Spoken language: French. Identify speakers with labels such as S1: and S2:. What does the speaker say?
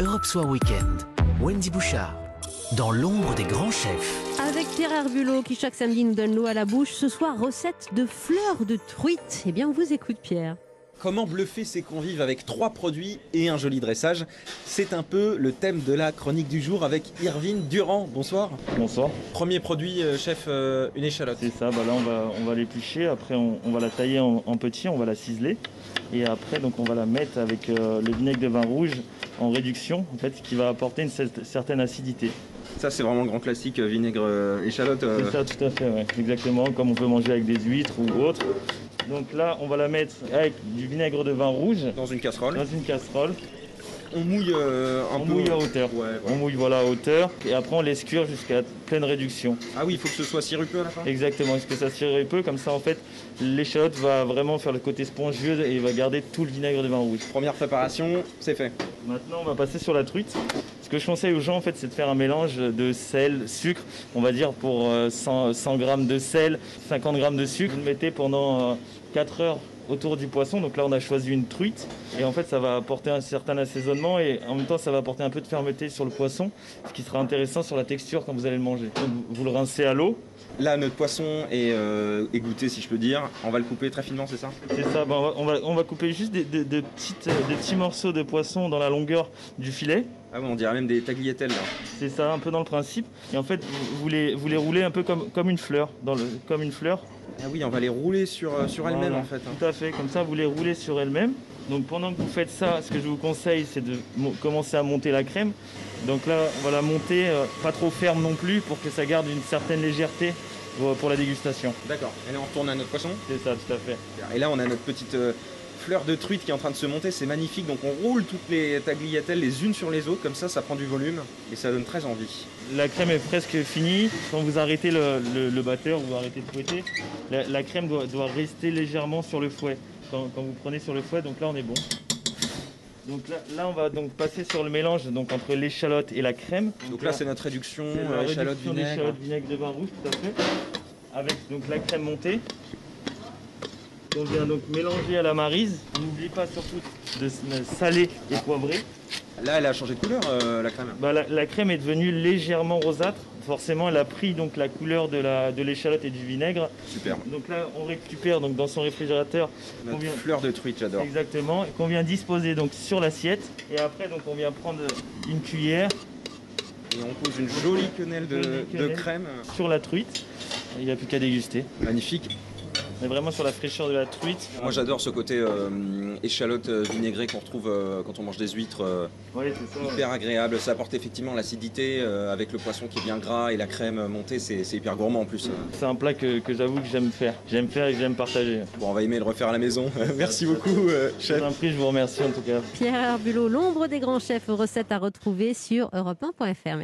S1: Europe Soir Weekend. Wendy Bouchard. Dans l'ombre des grands chefs.
S2: Avec Pierre Herbulot qui chaque samedi nous donne l'eau à la bouche, ce soir recette de fleurs de truite. Eh bien on vous écoute Pierre.
S3: Comment bluffer ses convives avec trois produits et un joli dressage C'est un peu le thème de la chronique du jour avec Irvine Durand. Bonsoir.
S4: Bonsoir,
S3: Premier produit, euh, chef, euh, une échalote.
S4: c'est ça, bah là on va, on va l'éplucher, après on, on va la tailler en, en petits, on va la ciseler et après donc on va la mettre avec euh, le vinaigre de vin rouge en réduction en fait qui va apporter une cer- certaine acidité.
S3: Ça, c'est vraiment le grand classique, euh, vinaigre euh, échalote. euh,
S4: C'est ça tout à fait, ouais. exactement comme on peut manger avec des huîtres ou autre. Donc là on va la mettre avec du vinaigre de vin rouge
S3: Dans une casserole.
S4: dans une casserole,
S3: On mouille euh, un
S4: on
S3: peu.
S4: mouille à hauteur.
S3: Ouais,
S4: On
S3: voilà.
S4: mouille voilà à hauteur et après on laisse cuire jusqu'à pleine réduction.
S3: Ah oui, il faut que ce soit sirupeux à la fin.
S4: Exactement, est-ce que ça tirerait peu Comme ça, en fait, l'échalote va vraiment faire le côté spongieux et va garder tout le vinaigre de vin rouge.
S3: Première préparation, c'est fait.
S4: Maintenant, on va passer sur la truite. Ce que je conseille aux gens, en fait, c'est de faire un mélange de sel, sucre. On va dire pour euh, 100, 100 grammes de sel, 50 grammes de sucre. Vous le mettez pendant euh, 4 heures autour du poisson. Donc là, on a choisi une truite. Et en fait, ça va apporter un certain assaisonnement et en même temps, ça va apporter un peu de fermeté sur le poisson, ce qui sera intéressant sur la texture quand vous allez le manger. Donc, vous le rincez à l'eau.
S3: Là, notre poisson est euh, égoutté, si je peux dire. On va le couper très finement, c'est ça
S4: C'est ça, ben, on, va, on, va, on va couper juste des, des- des petites, euh, des petits morceaux de poisson dans la longueur du filet.
S3: Ah oui, on dirait même des tagliatelles. là.
S4: C'est ça un peu dans le principe. Et en fait, vous, vous les, vous les roulez un peu comme, comme une fleur. Dans le, comme une fleur.
S3: Ah oui, on va les rouler sur, euh, sur elle-même,
S4: Voilà.
S3: en fait. hein.
S4: Tout à fait, comme ça, vous les roulez sur elle-même. Donc pendant que vous faites ça, ce que je vous conseille, c'est de mo- commencer à monter la crème. Donc là, on va la monter, euh, pas trop ferme non plus, pour que ça garde une certaine légèreté euh, pour, pour la dégustation.
S3: D'accord. Et là, on retourne à notre poisson.
S4: C'est ça, tout à fait.
S3: Et là, on a notre petite euh, fleur de truite qui est en train de se monter, c'est magnifique. Donc on roule toutes les tagliatelles les unes sur les autres, comme ça, ça prend du volume et ça donne très envie.
S4: La crème est presque finie. Quand vous arrêtez le, le- le batteur, vous arrêtez de fouetter, la, la crème doit, doit rester légèrement sur le fouet. Quand, quand vous prenez sur le fouet, donc là on est bon. Donc là, là, on va donc passer sur le mélange donc entre l'échalote et la crème.
S3: Donc là,
S4: c'est
S3: c'est notre réduction,
S4: la
S3: euh, échalote
S4: réduction
S3: vinaigre.
S4: d'échalote vinaigre de vin rouge tout à fait. Avec donc la crème montée. On vient donc mélanger à la marise. On n'oublie pas surtout de s- de saler et poivrer.
S3: Là, elle a changé de couleur, euh, la crème.
S4: Bah, la, la crème est devenue légèrement rosâtre. Forcément, elle a pris donc la couleur de la- de l'échalote et du vinaigre.
S3: Super.
S4: Donc là, on récupère donc dans son réfrigérateur
S3: Notre
S4: Combien
S3: fleur de truite, j'adore.
S4: exactement et qu'on vient disposer donc sur l'assiette. Et après, donc on vient prendre une cuillère
S3: Et on pose une jolie quenelle de,
S4: Jolie
S3: de
S4: quenelle.
S3: crème.
S4: sur la truite. Il n'y a plus qu'à déguster.
S3: Magnifique.
S4: On est vraiment sur la fraîcheur de la truite.
S3: Moi, j'adore ce côté euh, échalote euh, vinaigrée qu'on retrouve euh, quand on mange des huîtres. euh,
S4: Ouais, c'est ça.
S3: hyper agréable. Ça apporte effectivement l'acidité euh, avec le poisson qui est bien gras et la crème montée. C'est c'est hyper gourmand en plus.
S4: C'est un plat que, que j'avoue que j'aime faire. J'aime faire et que j'aime partager.
S3: Bon, on va aimer le refaire à la maison. Merci beaucoup, euh,
S4: Je
S3: chef.
S4: vous en prie, je vous remercie en tout cas.
S2: Pierre Herbulot, l'ombre des grands chefs, recette à retrouver sur europe1.fr. Merci.